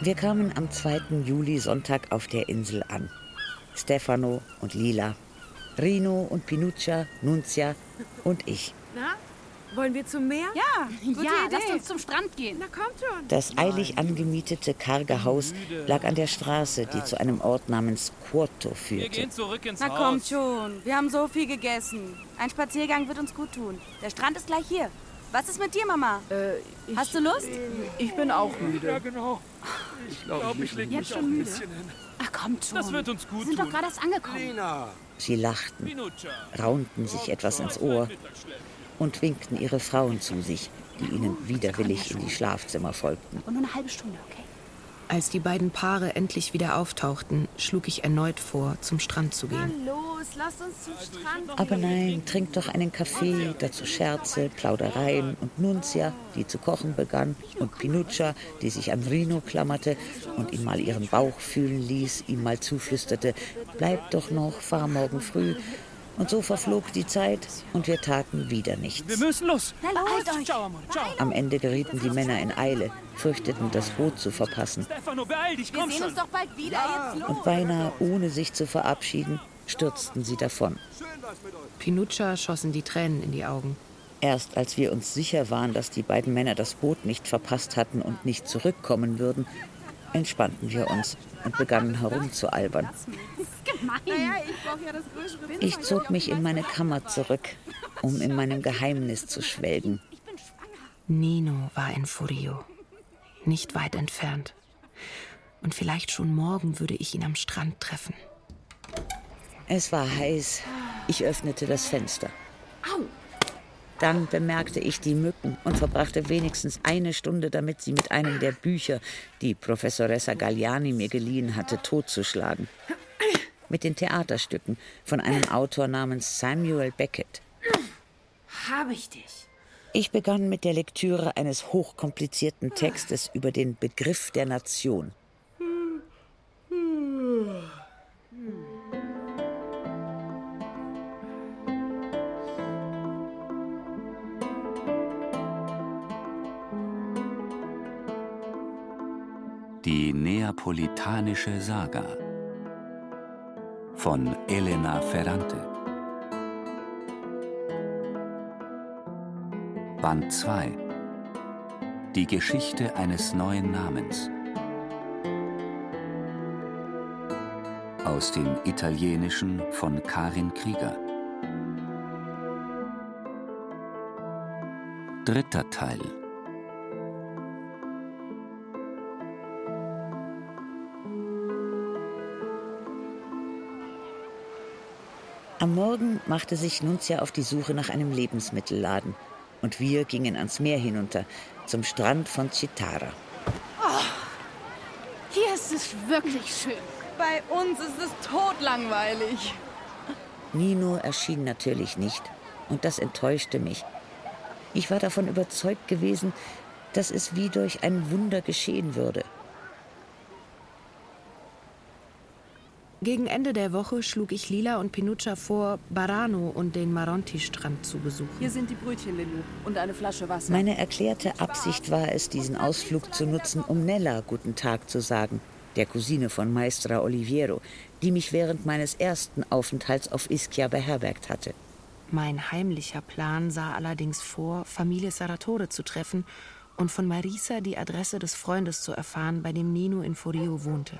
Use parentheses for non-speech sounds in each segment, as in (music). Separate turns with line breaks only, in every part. Wir kamen am 2. Juli Sonntag auf der Insel an. Stefano und Lila, Rino und Pinuccia, Nunzia und ich.
Na, wollen wir zum Meer?
Ja,
gute
ja,
Idee.
lasst uns zum Strand gehen.
Na kommt schon.
Das eilig angemietete karge Haus lag an der Straße, die zu einem Ort namens Quarto
Wir
führte.
gehen zurück ins
Na
Haus.
kommt schon, wir haben so viel gegessen. Ein Spaziergang wird uns gut tun. Der Strand ist gleich hier. Was ist mit dir, Mama? Hast du Lust?
Äh, Ich bin auch müde.
genau.
Jetzt schon müde. Ach kommt schon.
Das wird uns gut
wir sind doch
tun.
gerade erst angekommen.
Sie lachten,
Minucha.
raunten sich etwas ins Ohr und winkten ihre Frauen zu sich, die ihnen widerwillig in die Schlafzimmer folgten.
Und nur eine halbe Stunde, okay?
Als die beiden Paare endlich wieder auftauchten, schlug ich erneut vor, zum Strand zu
Na
gehen.
los, lasst uns zum Strand.
Aber nein, trink doch einen Kaffee, dazu Scherze, Plaudereien und Nunzia, die zu kochen begann, und Pinuccia, die sich an Rino klammerte und ihn mal ihren Bauch fühlen ließ, ihm mal zuflüsterte, bleib doch noch, fahr morgen früh. Und so verflog die Zeit und wir taten wieder
Wir
nichts.
müssen los.
Na los,
Ciao, Amore. Ciao.
Am Ende gerieten die Männer in Eile, fürchteten, das Boot zu verpassen.
Stefano, beeil dich,
wir
komm
sehen uns
schon.
doch bald wieder. Jetzt
Ah.
los.
Und beinahe ohne sich zu verabschieden, stürzten sie davon.
Pinuccia schossen die Tränen in die Augen.
Erst als wir uns sicher waren, dass die beiden Männer das Boot nicht verpasst hatten und nicht zurückkommen würden, entspannten wir uns und begannen herumzualbern.
Gemein.
Ich zog mich in meine Kammer zurück, um in meinem Geheimnis zu schwelgen.
Ich bin schwanger.
Nino war in Furio. Nicht weit entfernt. Und vielleicht schon morgen würde ich ihn am Strand treffen.
Es war heiß. Ich öffnete das Fenster. Dann bemerkte ich die Mücken und verbrachte wenigstens eine Stunde damit, sie mit einem der Bücher, die Professoressa Galliani mir geliehen hatte, totzuschlagen. Mit den Theaterstücken von einem Autor namens Samuel Beckett.
Habe ich dich.
Ich begann mit der Lektüre eines hochkomplizierten Textes über den Begriff der Nation.
Die neapolitanische Saga von Elena Ferrante. Band 2 Die Geschichte eines neuen Namens aus dem Italienischen von Karin Krieger. Dritter Teil
Am Morgen machte sich Nunzia auf die Suche nach einem Lebensmittelladen. Und wir gingen ans Meer hinunter, zum Strand von Chitara.
Hier ist es wirklich schön.
Bei uns ist es totlangweilig.
Nino erschien natürlich nicht. Und das enttäuschte mich. Ich war davon überzeugt gewesen, dass es wie durch ein Wunder geschehen würde.
Gegen Ende der Woche schlug ich Lila und Pinuccia vor, Barano und den Maronti-Strand zu besuchen.
Hier sind die Brötchen, Lillu. Und eine Flasche Wasser.
Meine erklärte Absicht war es, diesen Ausflug zu nutzen, um Nella guten Tag zu sagen, der Cousine von Maestra Oliviero, die mich während meines ersten Aufenthalts auf Ischia beherbergt hatte.
Mein heimlicher Plan sah allerdings vor, Familie Saratore zu treffen und von Marisa die Adresse des Freundes zu erfahren, bei dem Nino in Furio wohnte.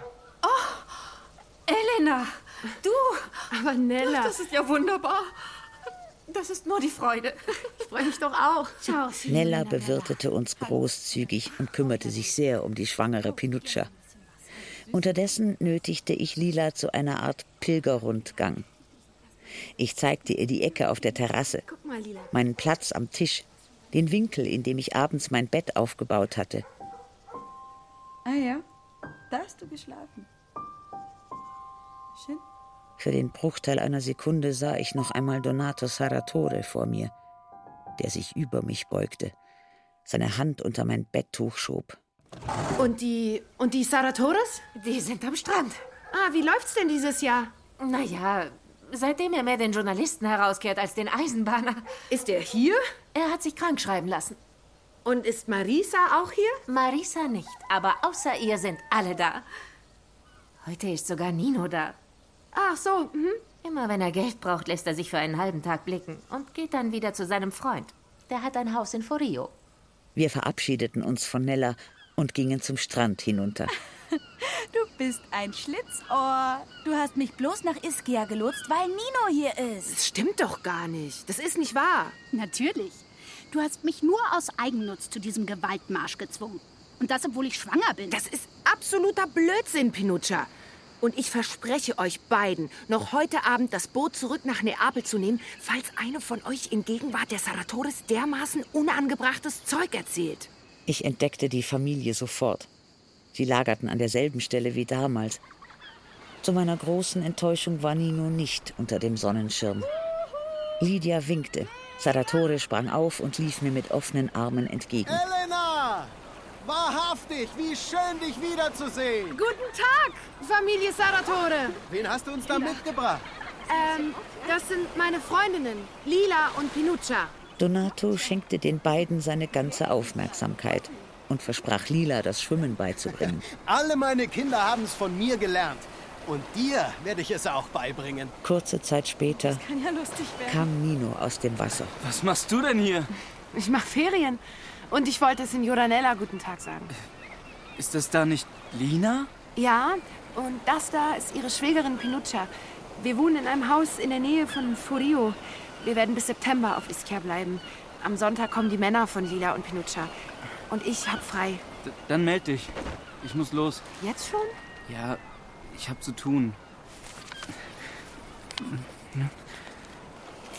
Elena, du.
Aber Nella,
Das ist ja wunderbar.
das ist nur die Freude. Ich freue mich doch auch.
Ciao.
Nella bewirtete uns großzügig und kümmerte sich sehr um die schwangere Pinuccia. Unterdessen nötigte ich Lila zu einer Art Pilgerrundgang. Ich zeigte ihr die Ecke auf der Terrasse,
Guck mal, Lila.
meinen Platz am Tisch, den Winkel, in dem ich abends mein Bett aufgebaut hatte.
Ah ja, da hast du geschlafen. Schön.
Für den Bruchteil einer Sekunde sah ich noch einmal Donato Saratore vor mir, der sich über mich beugte, seine Hand unter mein Betttuch schob.
Und die, und die Saratores? Die sind am Strand. Ah, wie läuft's denn dieses Jahr?
Naja, seitdem er mehr den Journalisten herauskehrt als den Eisenbahner.
Ist er hier?
Er hat sich krank schreiben lassen.
Und ist Marisa auch hier?
Marisa nicht, aber außer ihr sind alle da. Heute ist sogar Nino da.
Ach so, mhm.
Immer wenn er Geld braucht, lässt er sich für einen halben Tag blicken und geht dann wieder zu seinem Freund. Der hat ein Haus in Forio.
Wir verabschiedeten uns von Nella und gingen zum Strand hinunter.
Du bist ein Schlitzohr. Du hast mich bloß nach Ischia gelotst, weil Nino hier ist.
Das stimmt doch gar nicht. Das ist nicht wahr.
Natürlich. Du hast mich nur aus Eigennutz zu diesem Gewaltmarsch gezwungen. Und das, obwohl ich schwanger bin.
Das ist absoluter Blödsinn, Pinuccia. Und ich verspreche euch beiden, noch heute Abend das Boot zurück nach Neapel zu nehmen, falls eine von euch in Gegenwart der Saratoris dermaßen unangebrachtes Zeug erzählt.
Ich entdeckte die Familie sofort. Sie lagerten an derselben Stelle wie damals. Zu meiner großen Enttäuschung war Nino nicht unter dem Sonnenschirm. Lydia winkte. Saratore sprang auf und lief mir mit offenen Armen entgegen.
Elena! Wahrhaftig, wie schön, dich wiederzusehen.
Guten Tag, Familie Saratore.
Wen hast du uns da mitgebracht?
Äh.
Ähm, das sind meine Freundinnen, Lila und Pinuccia.
Donato schenkte den beiden seine ganze Aufmerksamkeit und versprach Lila, das Schwimmen beizubringen.
Alle meine Kinder haben es von mir gelernt. Und dir werde ich es auch beibringen.
Kurze Zeit später
Kann ja lustig werden.
kam Nino aus dem Wasser.
Was machst du denn hier?
Ich mache Ferien. Und ich wollte Signora Nella guten Tag sagen.
Ist das da nicht Lina?
Ja, und das da ist ihre Schwägerin Pinuccia. Wir wohnen in einem Haus in der Nähe von Furio. Wir werden bis September auf Ischia bleiben. Am Sonntag kommen die Männer von Lila und Pinuccia. Und ich hab frei.
D dann meld dich. Ich muss los.
Jetzt schon?
Ja, ich hab zu tun.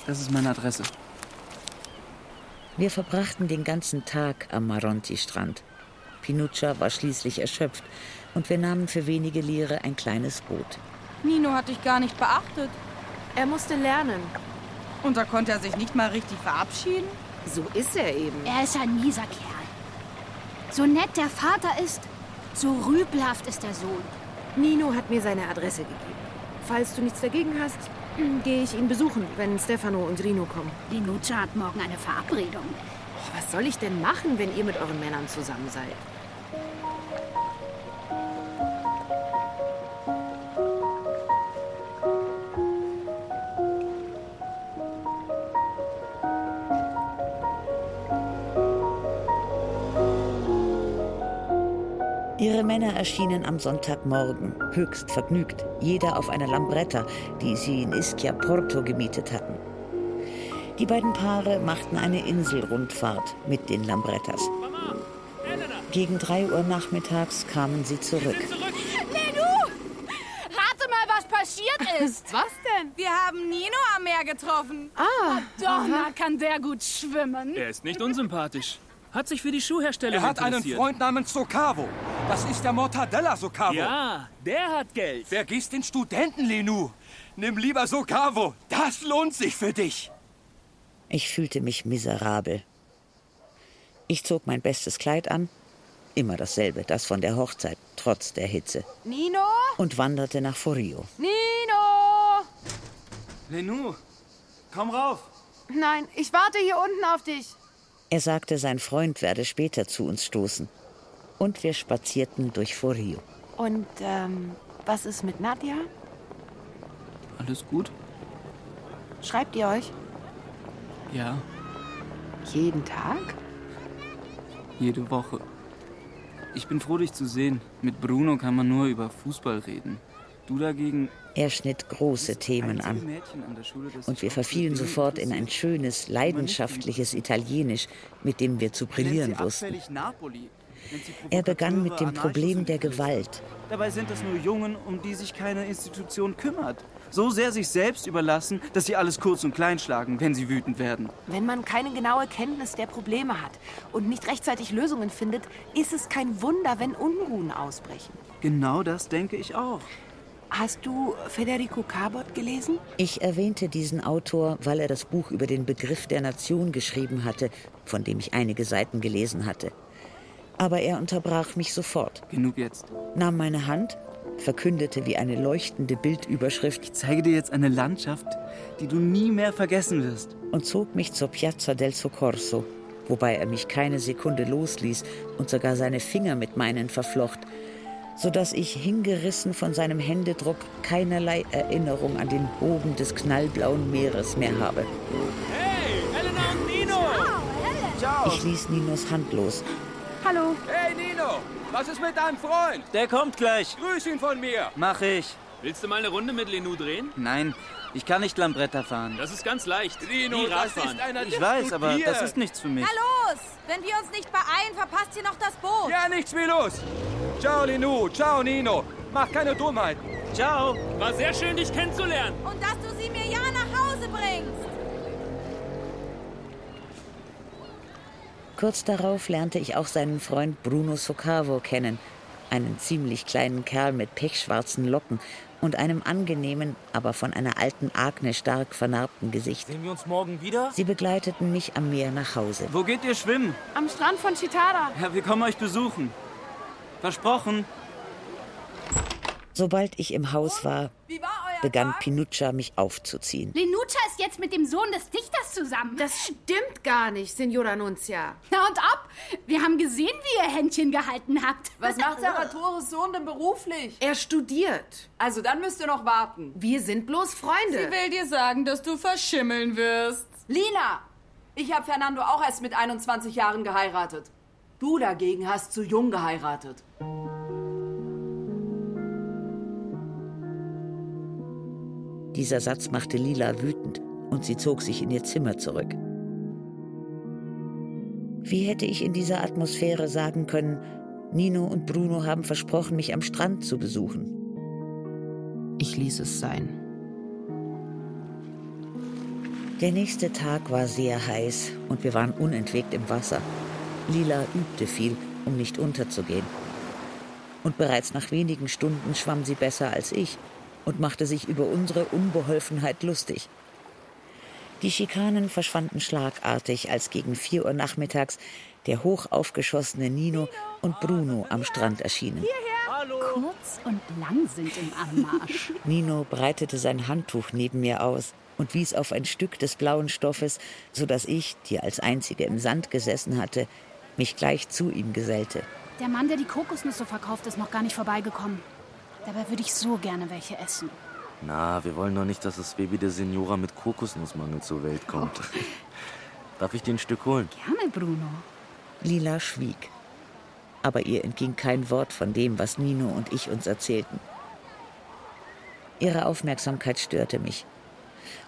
Das ist meine Adresse.
Wir verbrachten den ganzen Tag am Maronti-Strand. Pinuccia war schließlich erschöpft und wir nahmen für wenige Lire ein kleines Boot.
Nino hat dich gar nicht beachtet.
Er musste lernen.
Und da konnte er sich nicht mal richtig verabschieden.
So ist er eben.
Er ist ein mieser Kerl. So nett der Vater ist, so rüpelhaft ist der Sohn.
Nino hat mir seine Adresse gegeben. Falls du nichts dagegen hast, (clears throat) gehe ich ihn besuchen, wenn Stefano und Rino kommen.
Linuccia hat morgen eine Verabredung.
Was soll ich denn machen, wenn ihr mit euren Männern zusammen seid?
Ihre Männer erschienen am Sonntagmorgen, höchst vergnügt, jeder auf einer Lambretta, die sie in Ischia Porto gemietet hatten. Die beiden Paare machten eine Inselrundfahrt mit den Lambrettas. Gegen drei Uhr nachmittags kamen sie zurück.
Rate mal, was
(laughs)
passiert ist.
Was denn? Ah.
Wir haben Nino am Meer getroffen.
Donna kann der gut
Hm?
schwimmen.
Er ist nicht unsympathisch. Hat sich für die Schuhhersteller
Er hat einen Freund namens Socavo. Das ist der Mortadella Socavo.
Ja, der hat Geld.
Vergiss den Studenten, Lenu. Nimm lieber Socavo. Das lohnt sich für dich.
Ich fühlte mich miserabel. Ich zog mein bestes Kleid an, immer dasselbe, das von der Hochzeit, trotz der Hitze,
Nino?
und wanderte nach Forio.
Nino!
Lenu, komm rauf.
Nein, ich warte hier unten auf dich.
Er sagte, sein Freund werde später zu uns stoßen. Und wir spazierten durch Forio.
Und ähm, was ist mit Nadja?
Alles gut?
Schreibt ihr euch?
Ja,
Jeden Tag?
jede Woche. Ich bin froh, dich zu sehen. Mit Bruno kann man nur über Fußball reden. Du dagegen.
Er schnitt große Themen
Einzige
an.
Mädchen an der Schule, das
Und
dich
wir
auch
verfielen
wirklich
sofort in ein
interessiert.
schönes, leidenschaftliches Italienisch, mit dem wir zu brillieren wussten. Er begann mit dem Problem der Gewalt.
Dabei sind es nur Jungen, um die sich keine Institution kümmert. So sehr sich selbst überlassen, dass sie alles kurz und klein schlagen, wenn sie wütend werden.
Wenn man keine genaue Kenntnis der Probleme hat und nicht rechtzeitig Lösungen findet, ist es kein Wunder, wenn Unruhen ausbrechen.
Genau das denke ich
Oh.
auch.
Hast du Federico Cabot gelesen?
Ich erwähnte diesen Autor, weil er das Buch über den Begriff der Nation geschrieben hatte, von dem ich einige Seiten gelesen hatte. Aber er unterbrach mich sofort,
Genug jetzt.
nahm meine Hand, verkündete wie eine leuchtende Bildüberschrift
Ich zeige dir jetzt eine Landschaft, die du nie mehr vergessen wirst.
und zog mich zur Piazza del Soccorso, wobei er mich keine Sekunde losließ und sogar seine Finger mit meinen verflocht, so dass ich hingerissen von seinem Händedruck keinerlei Erinnerung an den Bogen des knallblauen Meeres mehr habe.
Hey, Elena und Nino!
Ich ließ Ninos Hand los.
Hallo. Hey, Nino, was ist mit deinem Freund?
Der kommt gleich.
Grüß ihn von mir.
Mach ich.
Willst du mal eine Runde mit Lenou drehen?
Nein, ich kann nicht Lambretta fahren.
Das ist ganz leicht.
Nino,
Wie
das
Radfahren.
ist einer
Ich weiß, aber das ist nichts für mich.
Na los! Wenn wir uns nicht beeilen, verpasst ihr noch das Boot.
Ja, nichts wie los. Ciao, Lenou. Ciao, Nino. Mach keine Dummheiten.
Ciao.
War sehr schön, dich kennenzulernen.
Und dass du sie mir ja nach Hause bringst.
Kurz darauf lernte ich auch seinen Freund Bruno Socavo kennen, einen ziemlich kleinen Kerl mit pechschwarzen Locken und einem angenehmen, aber von einer alten Akne stark vernarbten Gesicht.
Sehen wir uns morgen wieder?
Sie begleiteten mich am Meer nach Hause.
Wo geht ihr schwimmen?
Am Strand von Chitara.
Ja, wir kommen euch besuchen. Versprochen.
Sobald ich im Haus war, begann Pinuccia mich aufzuziehen.
Lenuccia ist jetzt mit dem Sohn des Dichters zusammen.
Das stimmt gar nicht, Signora Nunzia.
Na und ab! Wir haben gesehen, wie ihr Händchen gehalten habt.
Was macht
(laughs)
Saratores Sohn denn beruflich?
Er studiert.
Also dann müsst ihr noch warten.
Wir sind bloß Freunde.
Sie will dir sagen, dass du verschimmeln wirst. Lina, ich habe Fernando auch erst mit 21 Jahren geheiratet. Du dagegen hast zu jung geheiratet.
Dieser Satz machte Lila wütend und sie zog sich in ihr Zimmer zurück. Wie hätte ich in dieser Atmosphäre sagen können, Nino und Bruno haben versprochen, mich am Strand zu besuchen?
Ich ließ es sein.
Der nächste Tag war sehr heiß und wir waren unentwegt im Wasser. Lila übte viel, um nicht unterzugehen. Und bereits nach wenigen Stunden schwamm sie besser als ich und machte sich über unsere Unbeholfenheit lustig. Die Schikanen verschwanden schlagartig, als gegen 4 Uhr nachmittags der hoch aufgeschossene Nino und Bruno am Strand erschienen.
Kurz und lang sind im Anmarsch.
Nino breitete sein Handtuch neben mir aus und wies auf ein Stück des blauen Stoffes, so dass ich, die als einzige im Sand gesessen hatte, mich gleich zu ihm gesellte.
Der Mann, der die Kokosnüsse verkauft, ist noch gar nicht vorbeigekommen. Dabei würde ich so gerne welche essen.
Na, wir wollen doch nicht, dass das Baby der Senora mit Kokosnussmangel zur Welt kommt. (laughs) Darf ich dir ein Stück holen?
Gerne, Bruno.
Lila schwieg. Aber ihr entging kein Wort von dem, was Nino und ich uns erzählten. Ihre Aufmerksamkeit störte mich.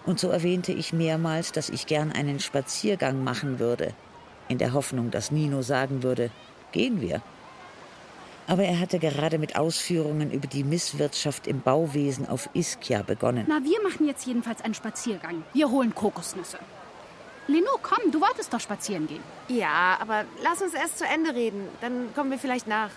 Und so erwähnte ich mehrmals, dass ich gern einen Spaziergang machen würde, in der Hoffnung, dass Nino sagen würde, gehen wir. Aber er hatte gerade mit Ausführungen über die Misswirtschaft im Bauwesen auf Ischia begonnen.
Na, wir machen jetzt jedenfalls einen Spaziergang. Wir holen Kokosnüsse. Leno, komm, du wolltest doch spazieren gehen.
Ja, aber lass uns erst zu Ende reden. Dann kommen wir vielleicht nach.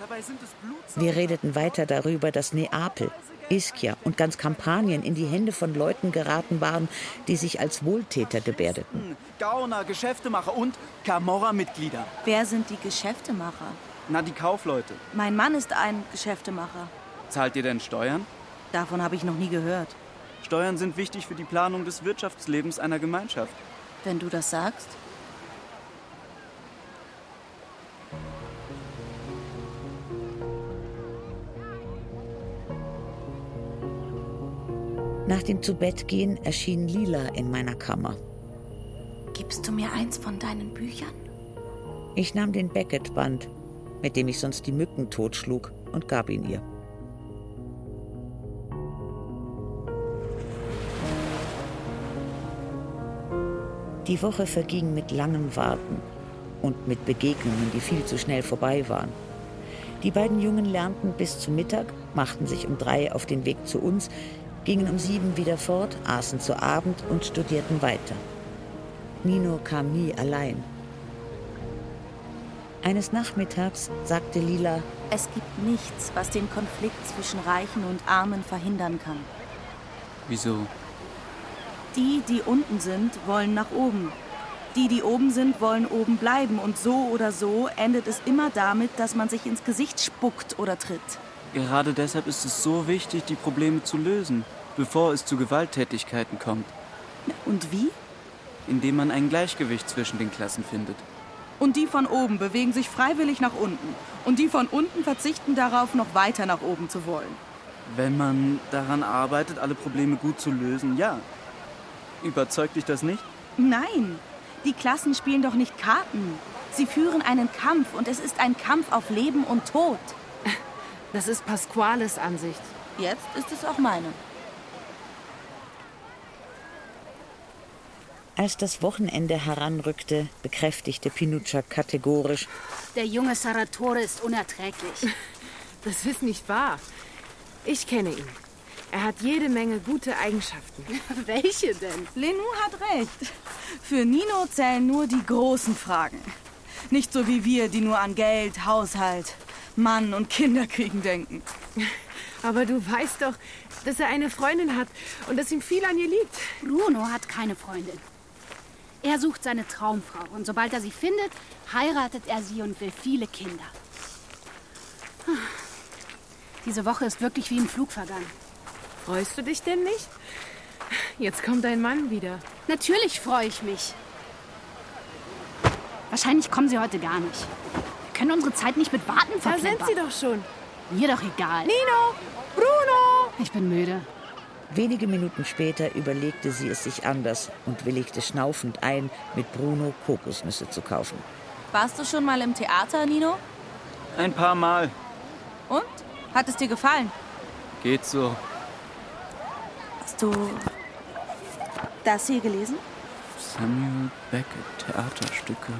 Dabei sind es Blut.
Wir redeten weiter darüber, dass Neapel, Ischia und ganz Kampanien in die Hände von Leuten geraten waren, die sich als Wohltäter gebärdeten.
Gauner, Geschäftemacher und Camorra-Mitglieder.
Wer sind die Geschäftemacher?
Na, die Kaufleute.
Mein Mann ist ein Geschäftemacher.
Zahlt ihr denn Steuern?
Davon habe ich noch nie gehört.
Steuern sind wichtig für die Planung des Wirtschaftslebens einer Gemeinschaft.
Wenn du das sagst.
Nach dem Zubettgehen erschien Lila in meiner Kammer.
Gibst du mir eins von deinen Büchern?
Ich nahm den Beckett-Band, mit dem ich sonst die Mücken totschlug, und gab ihn ihr. Die Woche verging mit langem Warten und mit Begegnungen, die viel zu schnell vorbei waren. Die beiden Jungen lernten bis zu Mittag, machten sich um drei auf den Weg zu uns, gingen um sieben wieder fort, aßen zu Abend und studierten weiter. Nino kam nie allein. Eines Nachmittags sagte Lila,
Es gibt nichts, was den Konflikt zwischen Reichen und Armen verhindern kann.
Wieso?
Die, die unten sind, wollen nach oben. Die, die oben sind, wollen oben bleiben. Und so oder so endet es immer damit, dass man sich ins Gesicht spuckt oder tritt.
Gerade deshalb ist es so wichtig, die Probleme zu lösen, bevor es zu Gewalttätigkeiten kommt.
Und wie?
indem man ein Gleichgewicht zwischen den Klassen findet.
Und die von oben bewegen sich freiwillig nach unten. Und die von unten verzichten darauf, noch weiter nach oben zu wollen.
Wenn man daran arbeitet, alle Probleme gut zu lösen, ja. Überzeugt dich das nicht?
Nein, die Klassen spielen doch nicht Karten. Sie führen einen Kampf und es ist ein Kampf auf Leben und Tod.
(laughs) Das ist Pasquales Ansicht.
Jetzt ist es auch meine.
Als das Wochenende heranrückte, bekräftigte Pinuccia kategorisch.
Der junge Saratore ist unerträglich.
(laughs) Das ist nicht wahr. Ich kenne ihn. Er hat jede Menge gute Eigenschaften.
Welche denn?
Lenou hat recht. Für Nino zählen nur die großen Fragen. Nicht so wie wir, die nur an Geld, Haushalt, Mann und Kinderkriegen denken.
(laughs) Aber du weißt doch, dass er eine Freundin hat und dass ihm viel an ihr liegt.
Bruno hat keine Freundin. Er sucht seine Traumfrau und sobald er sie findet, heiratet er sie und will viele Kinder. Ah, Diese Woche ist wirklich wie im Flug vergangen.
Freust du dich denn nicht? Jetzt kommt dein Mann wieder.
Natürlich freue ich mich. Wahrscheinlich kommen sie heute gar nicht. Wir können unsere Zeit nicht mit Warten
Da
verplempern.
sind sie doch schon.
Mir doch egal.
Nino! Bruno!
Ich bin müde.
Wenige Minuten später überlegte sie es sich anders und willigte schnaufend ein, mit Bruno Kokosnüsse zu kaufen.
Warst du schon mal im Theater, Nino?
Ein paar Mal.
Und? Hat es dir gefallen?
Geht so.
Hast du das hier gelesen?
Samuel Beckett, Theaterstücke.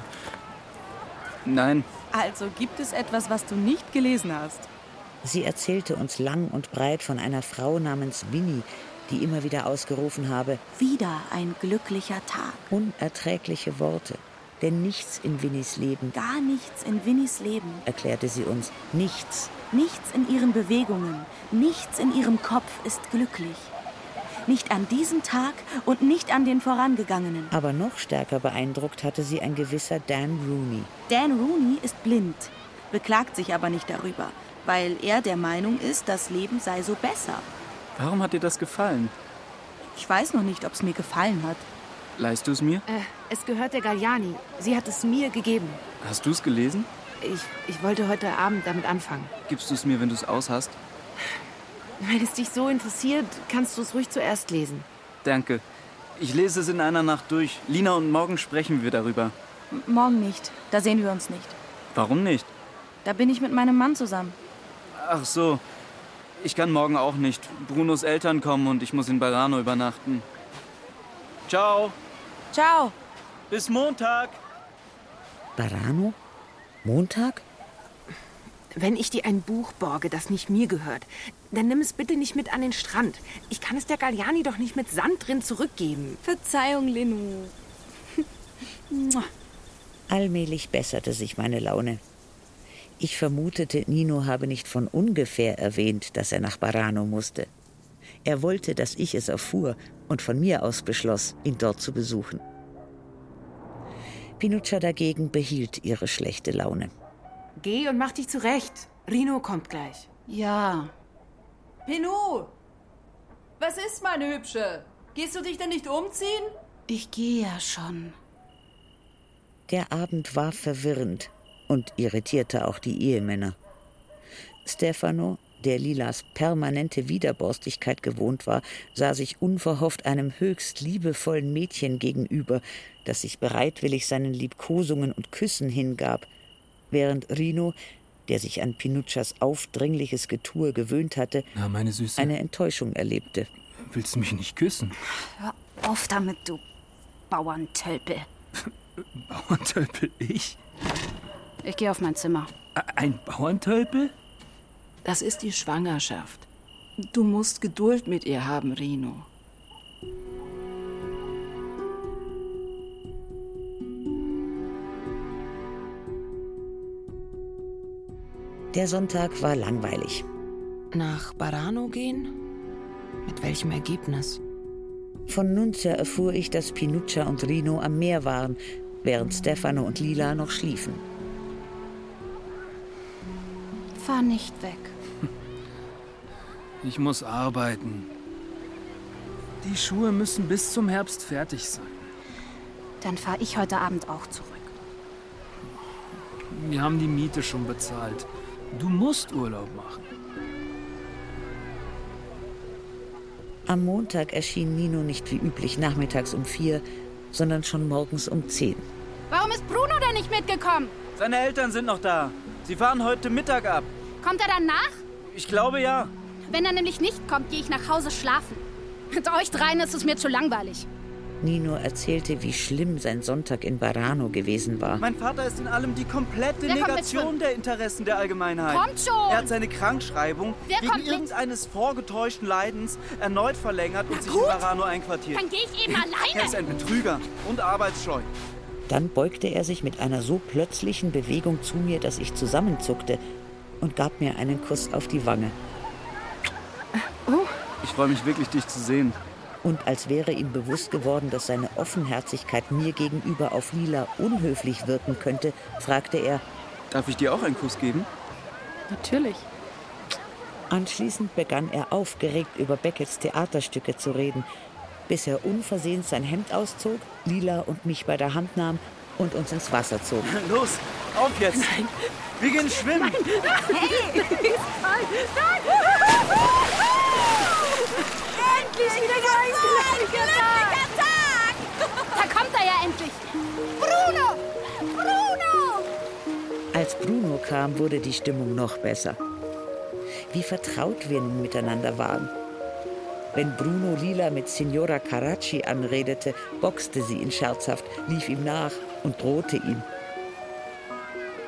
Nein,
Also gibt es etwas, was du nicht gelesen hast?
Sie erzählte uns lang und breit von einer Frau namens Winnie, die immer wieder ausgerufen habe,
Wieder ein glücklicher Tag.
unerträgliche Worte. Denn nichts in Winnies Leben,
Gar nichts in Winnies Leben,
erklärte sie uns, nichts
nichts in ihren Bewegungen, nichts in ihrem Kopf ist glücklich. Nicht an diesem Tag und nicht an den vorangegangenen.
Aber noch stärker beeindruckt hatte sie ein gewisser Dan Rooney.
Dan Rooney ist blind, beklagt sich aber nicht darüber, weil er der Meinung ist, das Leben sei so besser.
warum hat dir das gefallen?
Ich weiß noch nicht, ob es mir gefallen hat.
Leihst du es mir?
Äh, es gehört der Galliani. Sie hat es mir gegeben.
Hast du es gelesen?
Ich, ich wollte heute Abend damit anfangen.
Gibst du es mir, wenn du es aus hast?
Wenn es dich so interessiert, kannst du es ruhig zuerst lesen.
Danke. Ich lese es in einer Nacht durch. Lina und morgen sprechen wir darüber.
M morgen nicht, da sehen wir uns nicht.
Warum nicht?
Da bin ich mit meinem Mann zusammen.
Ach so. Ich kann morgen auch nicht. Brunos Eltern kommen und ich muss in Barano übernachten. Ciao.
Ciao.
Bis Montag.
Barano? Montag?
Wenn ich dir ein Buch borge, das nicht mir gehört, dann nimm es bitte nicht mit an den Strand. Ich kann es der Galliani doch nicht mit Sand drin zurückgeben.
Verzeihung,
(laughs)
Lenou.
Allmählich besserte sich meine Laune. Ich vermutete, Nino habe nicht von ungefähr erwähnt, dass er nach Barano musste. Er wollte, dass ich es erfuhr und von mir aus beschloss, ihn dort zu besuchen. Pinuccia dagegen behielt ihre schlechte Laune.
Geh und mach dich zurecht. Rino kommt gleich.
Ja.
Pinu! Was ist, meine Hübsche? Gehst du dich denn nicht umziehen?
Ich gehe ja schon.
Der Abend war verwirrend und irritierte auch die Ehemänner. Stefano, der Lilas permanente Widerborstigkeit gewohnt war, sah sich unverhofft einem höchst liebevollen Mädchen gegenüber, das sich bereitwillig seinen Liebkosungen und Küssen hingab, während Rino, der sich an Pinuccias aufdringliches Getue gewöhnt hatte,
Na, meine Süße.
eine Enttäuschung erlebte.
Willst du mich nicht küssen?
Hör auf damit, du Bauerntölpel.
Bauerntölpel ich?
Ich gehe auf mein Zimmer.
Ein Bauerntölpel?
Das ist die Schwangerschaft. Du musst Geduld mit ihr haben, Rino.
Der Sonntag war langweilig.
Nach Barano gehen? Mit welchem Ergebnis?
Von Nunzia erfuhr ich, dass Pinuccia und Rino am Meer waren, während Stefano und Lila noch schliefen.
Fahr nicht weg.
Ich muss arbeiten. Die Schuhe müssen bis zum Herbst fertig sein.
Dann fahre ich heute Abend auch zurück.
Wir haben die Miete schon bezahlt. Du musst Urlaub machen.
Am Montag erschien Nino nicht wie üblich nachmittags um vier, sondern schon morgens um zehn.
Warum ist Bruno denn nicht mitgekommen?
Seine Eltern sind noch da. Sie fahren heute Mittag ab.
Kommt er dann nach?
Ich glaube ja.
Wenn er nämlich nicht kommt, gehe ich nach Hause schlafen. Mit euch dreien ist es mir zu langweilig.
Nino erzählte, wie schlimm sein Sonntag in Barano gewesen war.
Mein Vater ist in allem die komplette
Wer kommt
Negation der Interessen der Allgemeinheit.
Kommt schon!
Er hat seine Krankschreibung
Wer kommt
wegen
mit?
irgendeines vorgetäuschten Leidens erneut verlängert und sich in
gut.
Barano einquartiert.
Dann gehe
(laughs)
ich eben alleine.
Er ist ein Betrüger und arbeitsscheu.
Dann beugte er sich mit einer so plötzlichen Bewegung zu mir, dass ich zusammenzuckte und gab mir einen Kuss auf die Wange.
Ich freue mich wirklich, dich zu sehen.
Und als wäre ihm bewusst geworden, dass seine Offenherzigkeit mir gegenüber auf Lila unhöflich wirken könnte, fragte er,
Darf ich dir auch einen Kuss geben?
Natürlich. Anschließend begann er aufgeregt über Beckets Theaterstücke zu reden, bis er unversehens sein Hemd auszog, Lila und mich bei der Hand nahm und uns ins Wasser zog.
(laughs) Los, auf jetzt! Nein. Wir gehen schwimmen!
Hey!
(laughs)
Nein! Nein! Endlich wieder
Glücklicher Tag! Da kommt er ja endlich! Bruno! Bruno!
Als Bruno kam, wurde die Stimmung noch besser. Wie vertraut wir nun miteinander waren. Wenn Bruno Lila mit Signora Caracci anredete, boxte sie ihn scherzhaft, lief ihm nach und drohte ihm.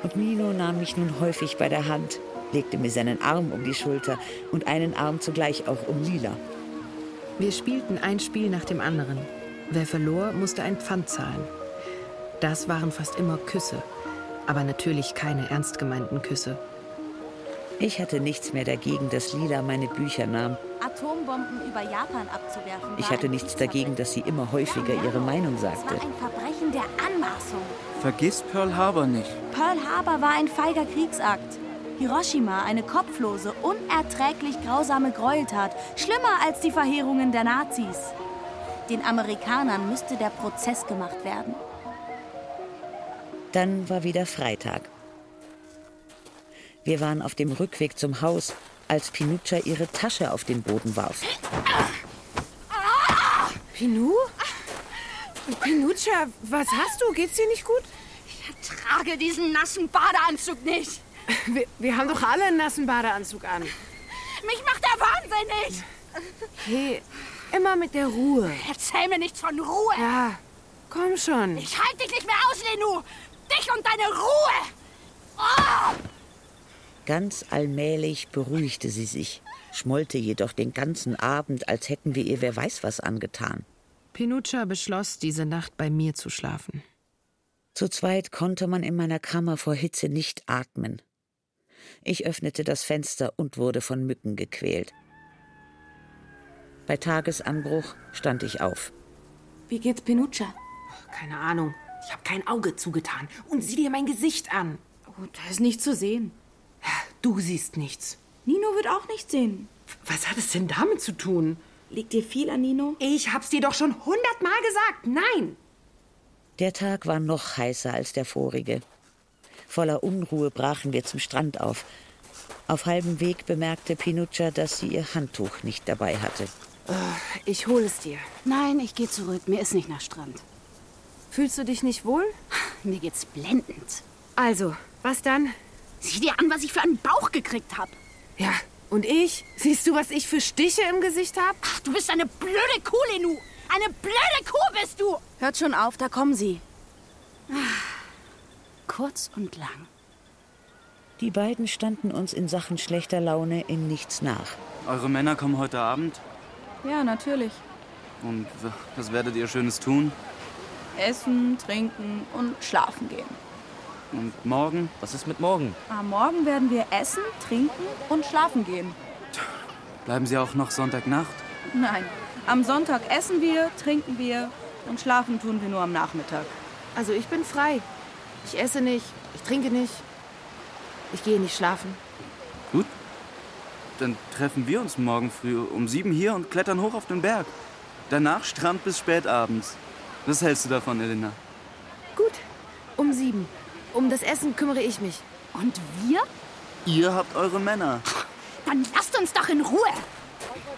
Und Nino nahm mich nun häufig bei der Hand, legte mir seinen Arm um die Schulter und einen Arm zugleich auch um Lila.
Wir spielten ein Spiel nach dem anderen. Wer verlor, musste ein Pfand zahlen. Das waren fast immer Küsse, aber natürlich keine ernst gemeinten Küsse.
Ich hatte nichts mehr dagegen, dass Lila meine Bücher nahm.
Atombomben über Japan abzuwerfen.
Ich
war
hatte
ein
nichts dagegen, dass sie immer häufiger ihre Meinung sagte.
Kriegsverbrechen. Ein Verbrechen der Anmaßung.
Vergiss Pearl Harbor nicht.
Pearl Harbor war ein feiger Kriegsakt. Hiroshima eine kopflose, unerträglich grausame Gräueltat, schlimmer als die Verheerungen der Nazis. Den Amerikanern müsste der Prozess gemacht werden.
Dann war wieder Freitag. Wir waren auf dem Rückweg zum Haus, als Pinuccia ihre Tasche auf den Boden warf.
Pinu? Pinuccia, was hast du? Geht's dir nicht gut?
Trage diesen nassen Badeanzug nicht!
Wir, wir haben doch alle einen nassen Badeanzug an.
Mich macht er wahnsinnig!
Hey, immer mit der Ruhe.
Erzähl mir nichts von Ruhe!
Ja, komm schon.
Ich halte dich nicht mehr aus, Lenu! Dich und deine Ruhe! Oh!
Ganz allmählich beruhigte sie sich, schmollte jedoch den ganzen Abend, als hätten wir ihr wer weiß was angetan.
Pinuccia beschloss, diese Nacht bei mir zu schlafen.
Zu zweit konnte man in meiner Kammer vor Hitze nicht atmen. Ich öffnete das Fenster und wurde von Mücken gequält. Bei Tagesanbruch stand ich auf.
Wie geht's Pinuccia?
Keine Ahnung. Ich habe kein Auge zugetan. Und sieh dir mein Gesicht an.
Oh, da ist nichts zu sehen.
Du siehst nichts.
Nino wird auch nichts sehen.
Was hat es denn damit zu tun?
Liegt dir viel an Nino?
Ich hab's dir doch schon hundertmal gesagt. Nein!
Der Tag war noch heißer als der vorige. Voller Unruhe brachen wir zum Strand auf. Auf halbem Weg bemerkte Pinuccia, dass sie ihr Handtuch nicht dabei hatte.
Äh, Ich hole es dir.
Nein, ich gehe zurück. Mir ist nicht nach Strand.
Fühlst du dich nicht wohl?
(sighs) Mir geht's blendend.
Also, was dann?
Sieh dir an, was ich für einen Bauch gekriegt habe.
Ja, und ich? Siehst du, was ich für Stiche im Gesicht habe?
Du bist eine blöde Kuh, Lenu. Eine blöde Kuh bist du.
Hört schon auf, da kommen sie.
Ah. Kurz und lang.
Die beiden standen uns in Sachen schlechter Laune in nichts nach.
Eure Männer kommen heute Abend
Ja, natürlich.
und w- was werdet ihr Schönes tun?
Essen, trinken und schlafen gehen.
Und morgen? Was ist mit morgen?
Am Morgen werden wir essen, trinken und schlafen gehen.
Bleiben sie auch noch Sonntagnacht?
Nein, am Sonntag essen wir, trinken wir und schlafen tun wir nur am Nachmittag.
Also, ich bin frei. Ich esse nicht, ich trinke nicht. Ich gehe nicht schlafen.
Gut. Dann treffen wir uns morgen früh um sieben hier und klettern hoch auf den Berg. Danach Strand bis spät abends. Was hältst du davon, Elena?
Gut, um sieben. Um das Essen kümmere ich mich.
Und wir?
Ihr habt eure (laughs) Männer.
Dann lasst uns doch in Ruhe.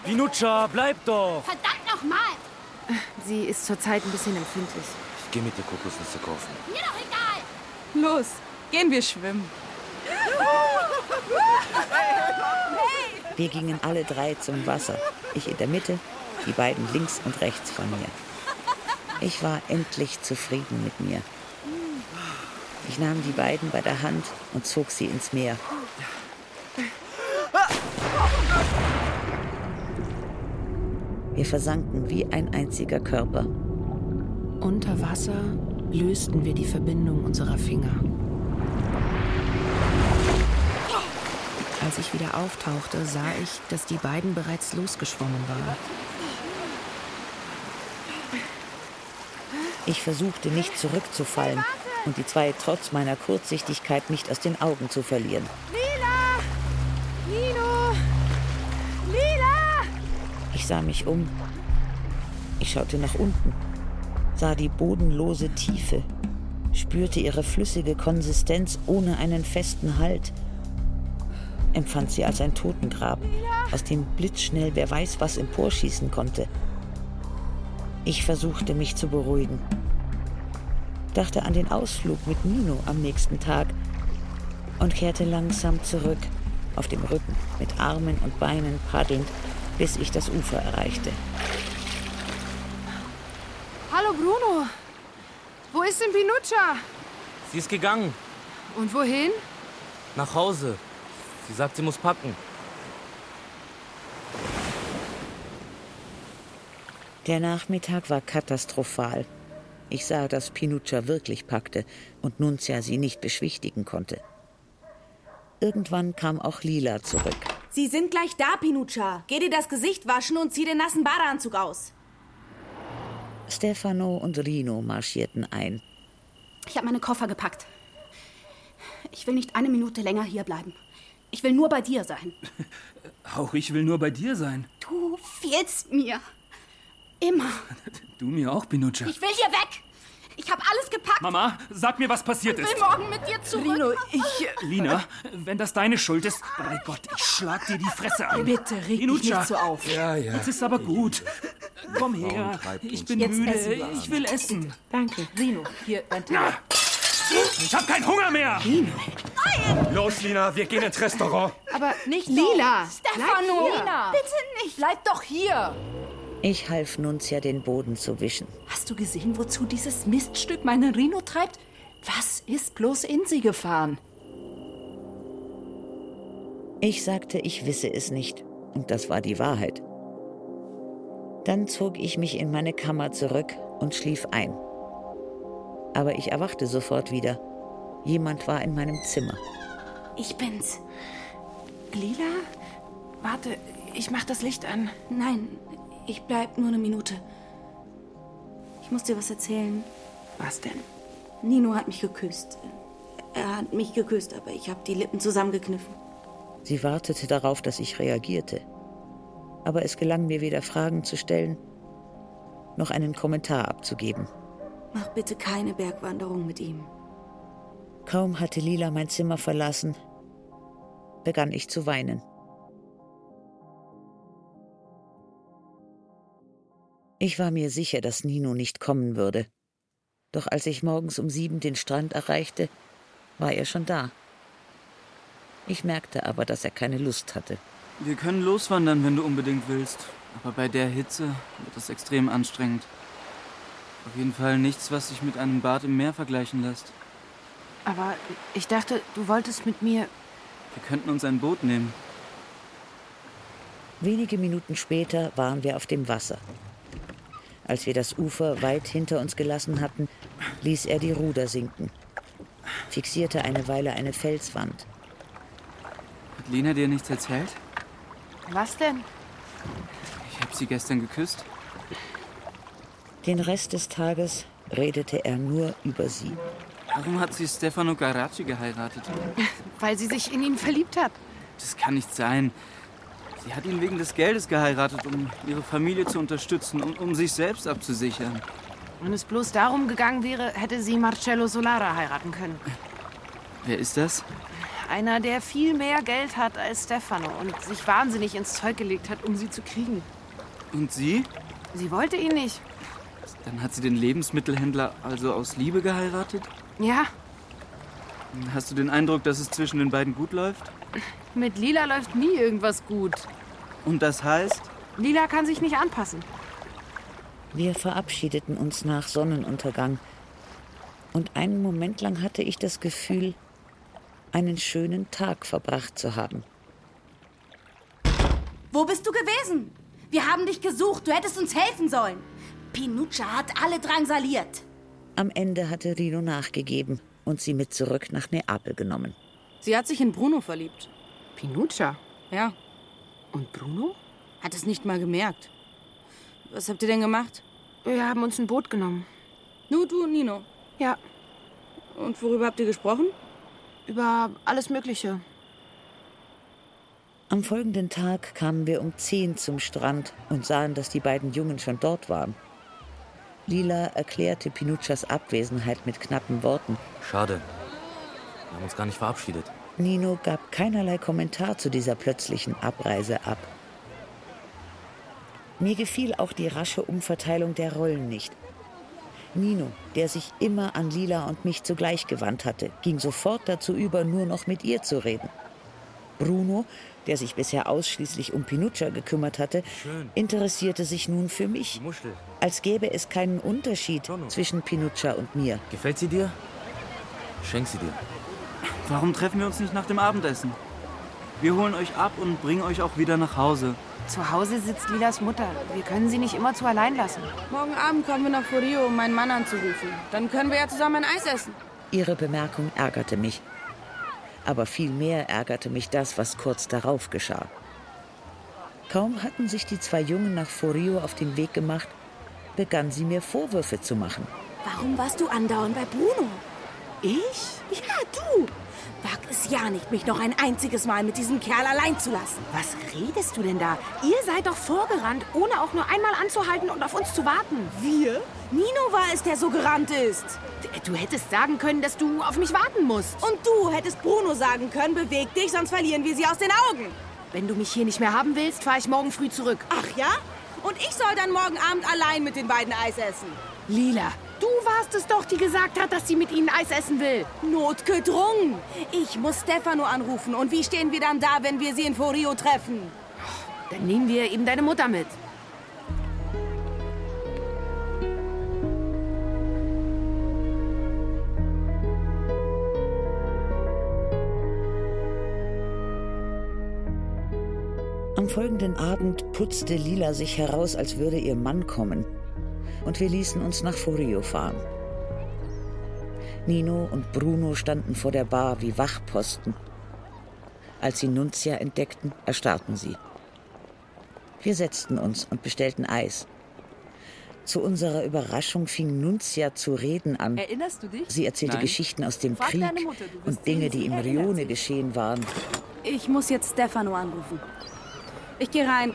Pinuccia, bleib doch!
Verdammt nochmal.
Sie ist zurzeit ein bisschen empfindlich.
Ich gehe mit dir Kokosnüsse kaufen.
Mir doch egal.
Los, gehen wir schwimmen.
Wir gingen alle drei zum Wasser. Ich in der Mitte, die beiden links und rechts von mir. Ich war endlich zufrieden mit mir. Ich nahm die beiden bei der Hand und zog sie ins Meer. Wir versanken wie ein einziger Körper.
Unter Wasser lösten wir die Verbindung unserer Finger. Als ich wieder auftauchte, sah ich, dass die beiden bereits losgeschwommen waren.
Ich versuchte nicht zurückzufallen und die zwei trotz meiner Kurzsichtigkeit nicht aus den Augen zu verlieren.
Lila! Nino! Lila!
Ich sah mich um. Ich schaute nach unten, sah die bodenlose Tiefe, spürte ihre flüssige Konsistenz ohne einen festen Halt, empfand sie als ein Totengrab, aus dem blitzschnell wer weiß was emporschießen konnte. Ich versuchte mich zu beruhigen, dachte an den Ausflug mit Nino am nächsten Tag und kehrte langsam zurück, auf dem Rücken, mit Armen und Beinen paddelnd, bis ich das Ufer erreichte.
Hallo Bruno! Wo ist denn Pinuccia?
Sie ist gegangen.
Und wohin?
Nach Hause. Sie sagt, sie muss packen.
Der Nachmittag war katastrophal. Ich sah, dass Pinuccia wirklich packte und Nunzia sie nicht beschwichtigen konnte. Irgendwann kam auch Lila zurück.
Sie sind gleich da, Pinuccia. Geh dir das Gesicht waschen und zieh den nassen Badeanzug aus.
Stefano und Rino marschierten ein.
Ich habe meine Koffer gepackt. Ich will nicht eine Minute länger hier bleiben. Ich will nur bei dir sein.
Auch ich will nur bei dir sein.
Du fehlst mir. Immer.
Du mir auch, Pinuccia.
Ich will hier weg. Ich habe alles gepackt.
Mama, sag mir, was passiert
Ich
ist.
will morgen mit dir zurück.
Rino, ich.
(laughs)
Lina, wenn das deine Schuld ist, bei Gott, ich schlag dir die Fresse ein.
Bitte reg dich
Pinuccia.
nicht so auf.
Ja, ja. Jetzt ist aber gut. Komm her. Ich bin
Jetzt
müde.
essen wir.
Ich will essen.
Danke. Rino, hier, dein Teller.
Ich hab keinen Hunger mehr.
Los, Lina, wir gehen ins Restaurant.
Aber nicht
Lila!
Stefano!
Lina!
Bitte nicht!
Bleib doch hier!
Ich half Nunzia, den Boden zu wischen.
Hast du gesehen, wozu dieses Miststück meinen Rino treibt? Was ist bloß in sie gefahren?
Ich sagte, ich wisse es nicht. Und das war die Wahrheit. Dann zog ich mich in meine Kammer zurück und schlief ein. Aber ich erwachte sofort wieder. Jemand war in meinem Zimmer.
Ich bin's.
Lila? Warte, ich mach das Licht an.
Nein, ich bleib nur eine Minute. Ich muss dir was erzählen.
Was denn?
Nino hat mich geküsst. Er hat mich geküsst, aber ich habe die Lippen zusammengekniffen.
Sie wartete darauf, dass ich reagierte. Aber es gelang mir weder Fragen zu stellen, noch einen Kommentar abzugeben.
Mach bitte keine Bergwanderung mit ihm.
Kaum hatte Lila mein Zimmer verlassen, begann ich zu weinen. Ich war mir sicher, dass Nino nicht kommen würde. Doch als ich morgens um sieben den Strand erreichte, war er schon da. Ich merkte aber, dass er keine Lust hatte.
Wir können loswandern, wenn du unbedingt willst. Aber bei der Hitze wird das extrem anstrengend. Auf jeden Fall nichts, was sich mit einem Bad im Meer vergleichen lässt.
Aber ich dachte, du wolltest mit mir.
Wir könnten uns ein Boot nehmen.
Wenige Minuten später waren wir auf dem Wasser. Als wir das Ufer weit hinter uns gelassen hatten, ließ er die Ruder sinken, fixierte eine Weile eine Felswand.
Hat Lena dir nichts erzählt?
Was denn?
Ich habe sie gestern geküsst.
Den Rest des Tages redete er nur über sie.
Warum hat sie Stefano Garacci geheiratet?
Weil sie sich in ihn verliebt hat.
Das kann nicht sein. Sie hat ihn wegen des Geldes geheiratet, um ihre Familie zu unterstützen und um sich selbst um abzusichern.
Wenn es bloß darum gegangen wäre, hätte sie Marcello Solara heiraten können.
Wer ist das?
Einer, der viel mehr Geld hat als Stefano und sich wahnsinnig ins Zeug gelegt hat, um sie zu kriegen.
Und sie?
Sie wollte ihn nicht.
Dann hat sie den Lebensmittelhändler also aus Liebe geheiratet?
Ja,
Hast du den Eindruck, dass es zwischen den beiden gut läuft?
mit Lila läuft nie irgendwas gut.
Und das heißt?
Lila kann sich nicht anpassen.
Wir verabschiedeten uns nach Sonnenuntergang. Und einen Moment lang hatte ich das Gefühl, einen schönen Tag verbracht zu haben.
Wo bist du gewesen? Wir haben dich gesucht. Du hättest uns helfen sollen. Pinuccia hat alle drangsaliert.
Am Ende hatte Rino nachgegeben und sie mit zurück nach Neapel genommen.
Sie hat sich in Bruno verliebt.
Pinuccia?
Ja.
Und Bruno?
Hat es nicht mal gemerkt. Was habt ihr denn gemacht?
Wir haben uns ein Boot genommen.
Nur du und Nino?
Ja.
Und worüber habt ihr gesprochen?
Über alles Mögliche.
Am folgenden Tag kamen wir um zehn zum Strand und sahen, dass die beiden Jungen schon dort waren. Lila erklärte Pinuccias Abwesenheit mit knappen Worten.
Schade. Wir haben uns gar nicht verabschiedet.
Nino gab keinerlei Kommentar zu dieser plötzlichen Abreise ab. Mir gefiel auch die rasche Umverteilung der Rollen nicht. Nino, der sich immer an Lila und mich zugleich gewandt hatte, ging sofort dazu über, nur noch mit ihr zu reden. Bruno, der sich bisher ausschließlich um Pinuccia gekümmert hatte,
Schön.
interessierte sich nun für mich,
Muschel.
als gäbe es keinen Unterschied zwischen Pinuccia und mir.
Gefällt sie dir? Schenk sie dir.
Warum treffen wir uns nicht nach dem Abendessen? Wir holen euch ab und bringen euch auch wieder nach Hause.
Zu Hause sitzt Lilas Mutter. Wir können sie nicht immer zu allein lassen.
Morgen Abend kommen wir nach Furio, um meinen Mann anzurufen. Dann können wir ja zusammen ein Eis essen.
Ihre Bemerkung ärgerte mich. Aber vielmehr ärgerte mich das, was kurz darauf geschah. Kaum hatten sich die zwei Jungen nach Forio auf den Weg gemacht, begann sie mir Vorwürfe zu machen.
Warum warst du andauernd bei Bruno?
Ich?
Ja, du! Wag es ja nicht, mich noch ein einziges Mal mit diesem Kerl allein zu lassen.
Was redest du denn da? Ihr seid doch vorgerannt, ohne auch nur einmal anzuhalten und auf uns zu warten.
Wir?
Nino war es, der so gerannt ist.
Du hättest sagen können, dass du auf mich warten musst.
Und du hättest Bruno sagen können, beweg dich, sonst verlieren wir sie aus den Augen.
Wenn du mich hier nicht mehr haben willst, fahre ich morgen früh zurück.
Ach ja? Und ich soll dann morgen Abend allein mit den beiden Eis essen.
Lila, du warst es doch, die gesagt hat, dass sie mit ihnen Eis essen will.
Notgedrungen. Ich muss Stefano anrufen. Und wie stehen wir dann da, wenn wir sie in Forio treffen?
Dann nehmen wir eben deine Mutter mit.
Am folgenden Abend putzte Lila sich heraus, als würde ihr Mann kommen. Und wir ließen uns nach Forio fahren. Nino und Bruno standen vor der Bar wie Wachposten. Als sie Nunzia entdeckten, erstarrten sie. Wir setzten uns und bestellten Eis. Zu unserer Überraschung fing Nunzia zu reden an.
Erinnerst du dich?
Sie erzählte
Nein.
Geschichten aus dem
Frag
Krieg
deine Mutter, du wirst
und Dinge,
sehen,
die
sie
im
erinnert
Rione geschehen waren.
Ich muss jetzt Stefano anrufen. Ich gehe rein.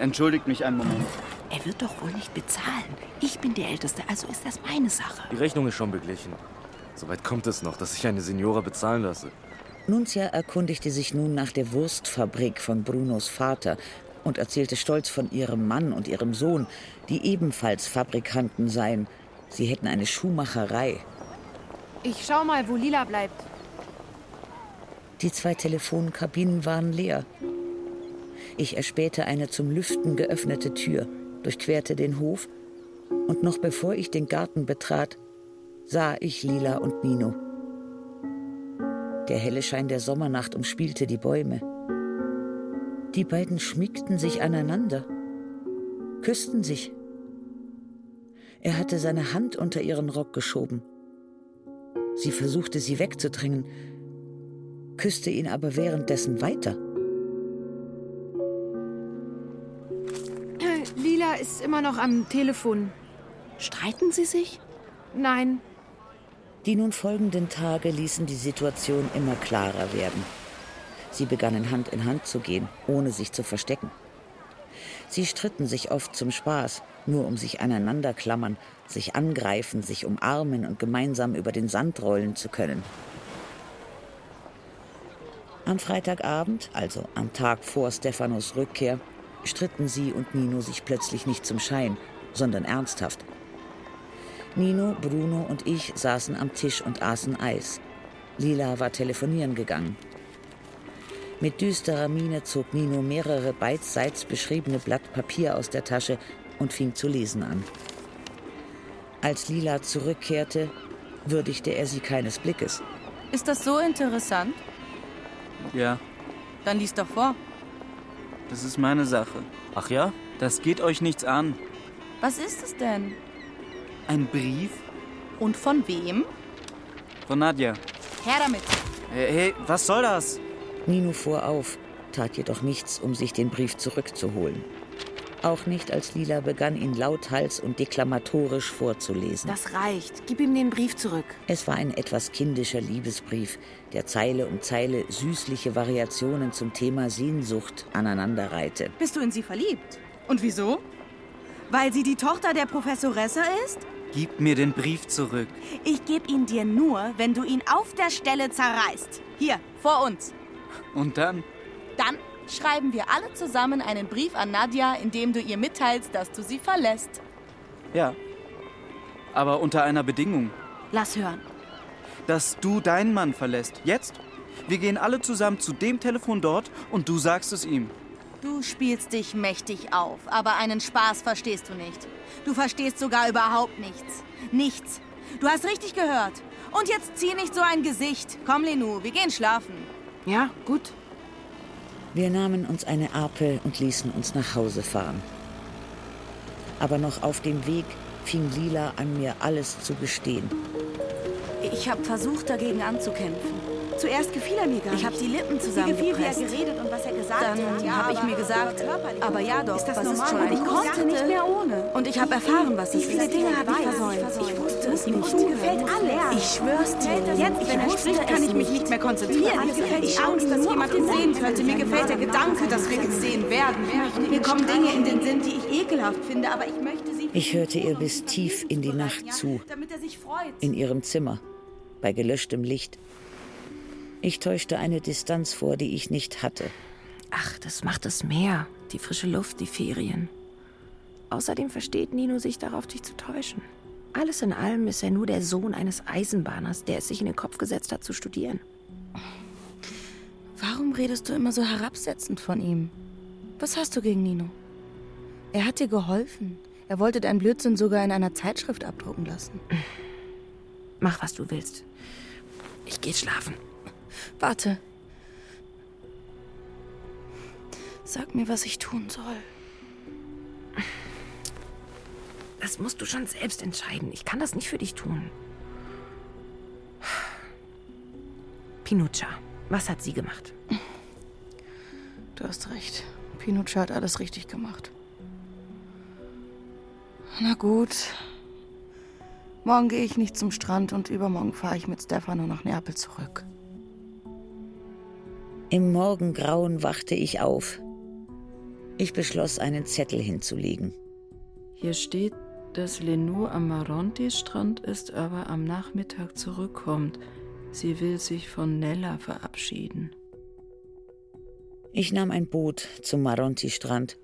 Entschuldigt mich einen Moment.
Er wird doch wohl nicht bezahlen. Ich bin die Älteste, also ist das meine Sache.
Die Rechnung ist schon beglichen. Soweit kommt es noch, dass ich eine Signora bezahlen lasse.
Nunzia erkundigte sich nun nach der Wurstfabrik von Brunos Vater und erzählte stolz von ihrem Mann und ihrem Sohn, die ebenfalls Fabrikanten seien. Sie hätten eine Schuhmacherei.
Ich schau mal, wo Lila bleibt. (clears throat)
Die zwei Telefonkabinen waren leer. Ich erspähte eine zum Lüften geöffnete Tür, durchquerte den Hof und noch bevor ich den Garten betrat, sah ich Lila und Nino. Der helle Schein der Sommernacht umspielte die Bäume. Die beiden schmiegten sich aneinander, küssten sich. Er hatte seine Hand unter ihren Rock geschoben. Sie versuchte, sie wegzudrängen, küsste ihn aber währenddessen weiter.
Äh, Lila ist immer noch am Telefon.
Streiten sie sich?
Nein.
Die nun folgenden Tage ließen die Situation immer klarer werden. Sie begannen Hand in Hand zu gehen, ohne sich zu verstecken. Sie stritten sich oft zum Spaß, nur um sich aneinander klammern, sich angreifen, sich umarmen und gemeinsam über den Sand rollen zu können. Am Freitagabend, also am Tag vor Stephanos Rückkehr, stritten sie und Nino sich plötzlich nicht zum Schein, sondern ernsthaft. Nino, Bruno und ich saßen am Tisch und aßen Eis. Lila war telefonieren gegangen. Mit düsterer Miene zog Nino mehrere beidseits beschriebene Blatt Papier aus der Tasche und fing zu lesen an. Als Lila zurückkehrte, würdigte er sie keines Blickes.
Ist das so interessant?
Ja,
Dann lies doch vor.
das ist meine Sache. Ach ja? Das geht euch nichts an.
Was ist es denn?
Ein Brief
Und von wem?
von Nadja.
Her damit.
Hey, hey was soll das?
Nino fuhr auf, tat jedoch nichts, um sich den Brief zurückzuholen. Auch nicht, als Lila begann, ihn lauthals und deklamatorisch vorzulesen.
Das reicht. Gib ihm den Brief zurück.
Es war ein etwas kindischer Liebesbrief, der Zeile um Zeile süßliche Variationen zum Thema Sehnsucht aneinanderreihte.
Bist du in sie verliebt? Und wieso? Weil sie die Tochter der Professoressa ist?
Gib mir den Brief zurück.
Ich gebe ihn dir nur, wenn du ihn auf der Stelle zerreißt. Hier, vor uns.
Und dann?
Dann schreiben wir alle zusammen einen Brief an Nadja, in dem du ihr mitteilst, dass du sie verlässt.
Ja. Aber unter einer Bedingung.
Lass hören.
dass du deinen Mann verlässt. Jetzt? Wir gehen alle zusammen zu dem Telefon dort und du sagst es ihm.
Du spielst dich mächtig auf, aber einen Spaß verstehst du nicht. Du verstehst sogar überhaupt nichts. Nichts. Du hast richtig gehört. Und jetzt zieh nicht so ein Gesicht. Komm, Lenu, wir gehen schlafen.
Ja, gut.
Wir nahmen uns eine Apel und ließen uns nach Hause fahren. Aber noch auf dem Weg fing Lila an mir alles zu gestehen.
Ich habe versucht, dagegen anzukämpfen.
Zuerst gefiel er mir gar nicht.
Ich habe die Lippen
Mir gefiel, wie er
zusammengepresst.
geredet und was er gesagt
Dann
hat.
habe ich mir gesagt, aber ja doch,
ist das
was
normal?
ist schon
Und ich konnte nicht mehr ohne.
Und ich habe erfahren, was es
Wie viele
ist.
Dinge habe ich
weiß,
versäumt? Ich wusste es
Ihm
nicht.
zugehört.
Ich schwör's dir. Jetzt, wenn er spricht, kann ich mich nicht mehr konzentrieren. Mir gefällt die Angst, dass jemand ihn sehen könnte. Mir gefällt der Gedanke, dass wir gesehen werden. Mir kommen Dinge in den Sinn, die ich ekelhaft finde, aber ich möchte sie...
Ich hörte ihr bis tief in die Nacht zu,
Damit er sich freut.
in ihrem Zimmer, bei gelöschtem Licht. Ich täuschte eine Distanz vor, die ich nicht hatte.
Ach, das macht das Meer, die frische Luft, die Ferien. Außerdem versteht Nino sich darauf, dich zu täuschen. Alles in allem ist er nur der Sohn eines Eisenbahners, der es sich in den Kopf gesetzt hat, zu studieren.
Warum redest du immer so herabsetzend von ihm? Was hast du gegen Nino? Er hat dir geholfen. Er wollte deinen Blödsinn sogar in einer Zeitschrift abdrucken lassen.
Mach, was du willst. Ich geh schlafen.
Warte. Sag mir, was ich tun soll.
Das musst du schon selbst entscheiden. Ich kann das nicht für dich tun. Pinuccia, was hat sie gemacht?
Du hast recht. Pinuccia hat alles richtig gemacht. Na gut. Morgen gehe ich nicht zum Strand und übermorgen fahre ich mit Stefano nach Neapel zurück.
Im Morgengrauen wachte ich auf. Ich beschloss, einen Zettel hinzulegen.
Hier steht, dass Lenou am Maronti-Strand ist, aber am Nachmittag zurückkommt. Sie will sich von Nella verabschieden.
Ich nahm ein Boot zum Maronti-Strand.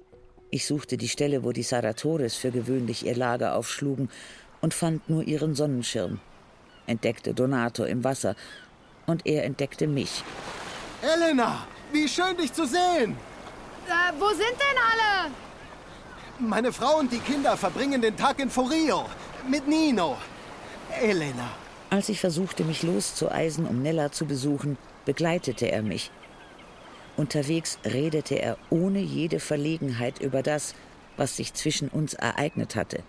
Ich suchte die Stelle, wo die Saratores für gewöhnlich ihr Lager aufschlugen und fand nur ihren Sonnenschirm. Entdeckte Donato im Wasser und er entdeckte mich.
Elena, wie schön dich zu sehen!
wo sind denn alle?
Meine Frau und die Kinder verbringen den Tag in Forio mit Nino. Elena,
Als ich versuchte, mich loszueisen, um Nella zu besuchen, begleitete er mich. Unterwegs redete er ohne jede Verlegenheit über das, was sich zwischen uns ereignet hatte.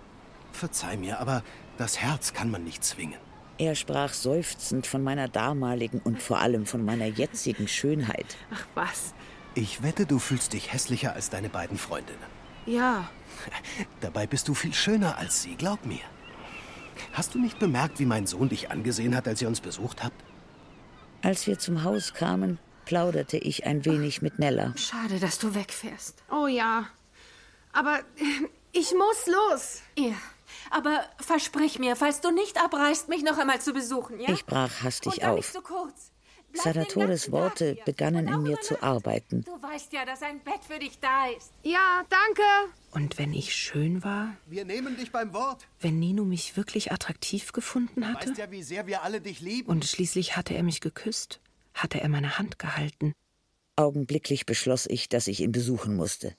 verzeih mir, aber das Herz kann man nicht zwingen.
Er sprach seufzend von meiner damaligen und vor allem von meiner jetzigen Schönheit.
Ach was.
Ich wette, du fühlst dich hässlicher als deine beiden Freundinnen.
Ja,
Dabei bist du viel schöner als sie, glaub mir. Hast du nicht bemerkt, wie mein Sohn dich angesehen hat, als ihr uns besucht habt?
Als wir zum Haus kamen, plauderte ich ein wenig mit Nella.
schade, dass du wegfährst. Oh ja. Aber ich muss los.
Ja, aber versprich mir, falls du nicht abreist, mich noch einmal zu besuchen, ja?
Ich brach hastig
Und dann
auf.
Nicht so kurz. Bleib den
Sadatores
ganzen
Worte
Tag hier.
begannen in mir zu arbeiten.
Du weißt ja, dass ein Bett für dich da ist.
Ja, danke.
Und wenn ich schön war?
Wir nehmen dich beim Wort.
Wenn Nino mich wirklich attraktiv gefunden hatte?
Weißt ja, wie sehr wir alle dich lieben.
Und schließlich hatte er mich geküsst, hatte er meine Hand gehalten.
Augenblicklich beschloss ich, dass ich ihn besuchen musste.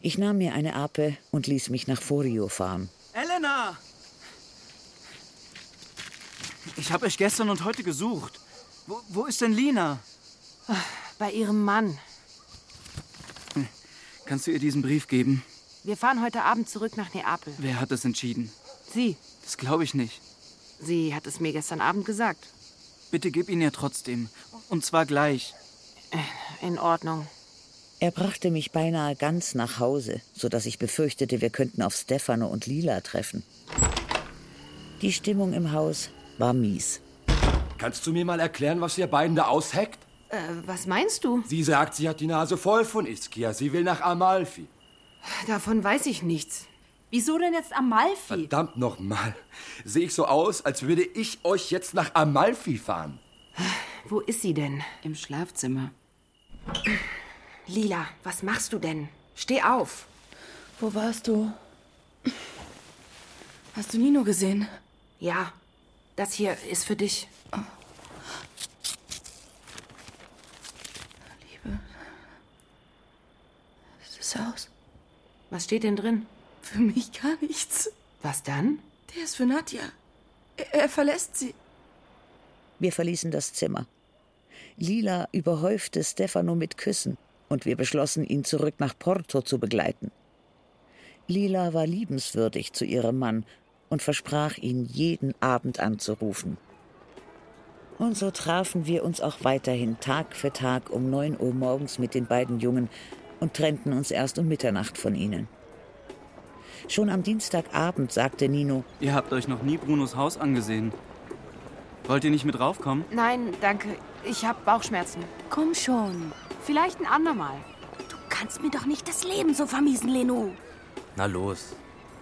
Ich nahm mir eine Ape und ließ mich nach Forio fahren.
Elena! Ich habe euch gestern und heute gesucht. Wo, wo ist denn Lina?
Bei ihrem Mann.
Kannst du ihr diesen Brief geben?
Wir fahren heute Abend zurück nach Neapel.
Wer hat das entschieden?
Sie.
Das glaube ich nicht.
Sie hat es mir gestern Abend gesagt.
Bitte gib ihn ihr trotzdem. Und zwar gleich.
In Ordnung.
Er brachte mich beinahe ganz nach Hause, so dass ich befürchtete, wir könnten auf Stefano und Lila treffen. Die Stimmung im Haus war mies.
Kannst du mir mal erklären, was ihr beiden da ausheckt?
Äh, was meinst du?
Sie sagt, sie hat die Nase voll von Ischia. Sie will nach Amalfi.
Davon weiß ich nichts.
Wieso denn jetzt Amalfi?
Verdammt nochmal. Sehe ich so aus, als würde ich euch jetzt nach Amalfi fahren?
Wo ist sie denn?
Im Schlafzimmer.
Lila, was machst du denn? Steh auf.
Wo warst du? Hast du Nino gesehen? Oh.
Ja, das hier ist für dich.
Es ist aus.
Was steht denn drin?
Für mich gar nichts.
Was dann?
Der ist für Nadja. Er, er verlässt sie.
Wir verließen das Zimmer. Lila überhäufte Stefano mit Küssen und wir beschlossen, ihn zurück nach Porto zu begleiten. Lila war liebenswürdig zu ihrem Mann und versprach, ihn jeden Abend anzurufen. Und so trafen wir uns auch weiterhin Tag für Tag um 9 Uhr morgens mit den beiden Jungen und trennten uns erst um Mitternacht von ihnen. Schon am Dienstagabend sagte Nino,
Ihr habt euch noch nie Brunos Haus angesehen. Wollt ihr nicht mit raufkommen?
Nein, danke. Ich habe Bauchschmerzen.
Komm schon.
Vielleicht ein andermal.
Du kannst mir doch nicht das Leben so vermiesen, Leno.
Na los,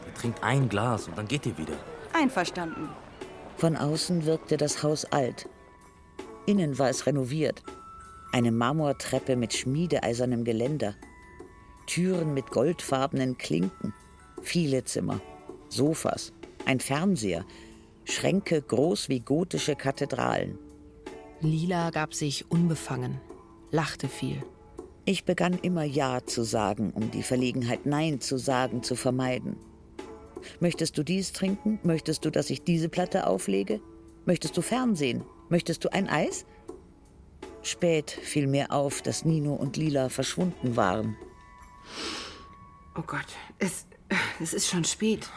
ihr trinkt ein Glas und dann geht ihr wieder.
Einverstanden.
Von außen wirkte das Haus alt. Innen war es renoviert. Eine Marmortreppe mit schmiedeeisernem Geländer. Türen mit goldfarbenen Klinken. Viele Zimmer. Sofas. Ein Fernseher. Schränke groß wie gotische Kathedralen.
Lila gab sich unbefangen, lachte viel.
Ich begann immer Ja zu sagen, um die Verlegenheit Nein zu sagen zu vermeiden. Möchtest du dies trinken? Möchtest du, dass ich diese Platte auflege? Möchtest du Fernsehen? Möchtest du ein Eis? Spät fiel mir auf, dass Nino und Lila verschwunden waren.
Oh Gott, es, (sighs) es ist schon spät.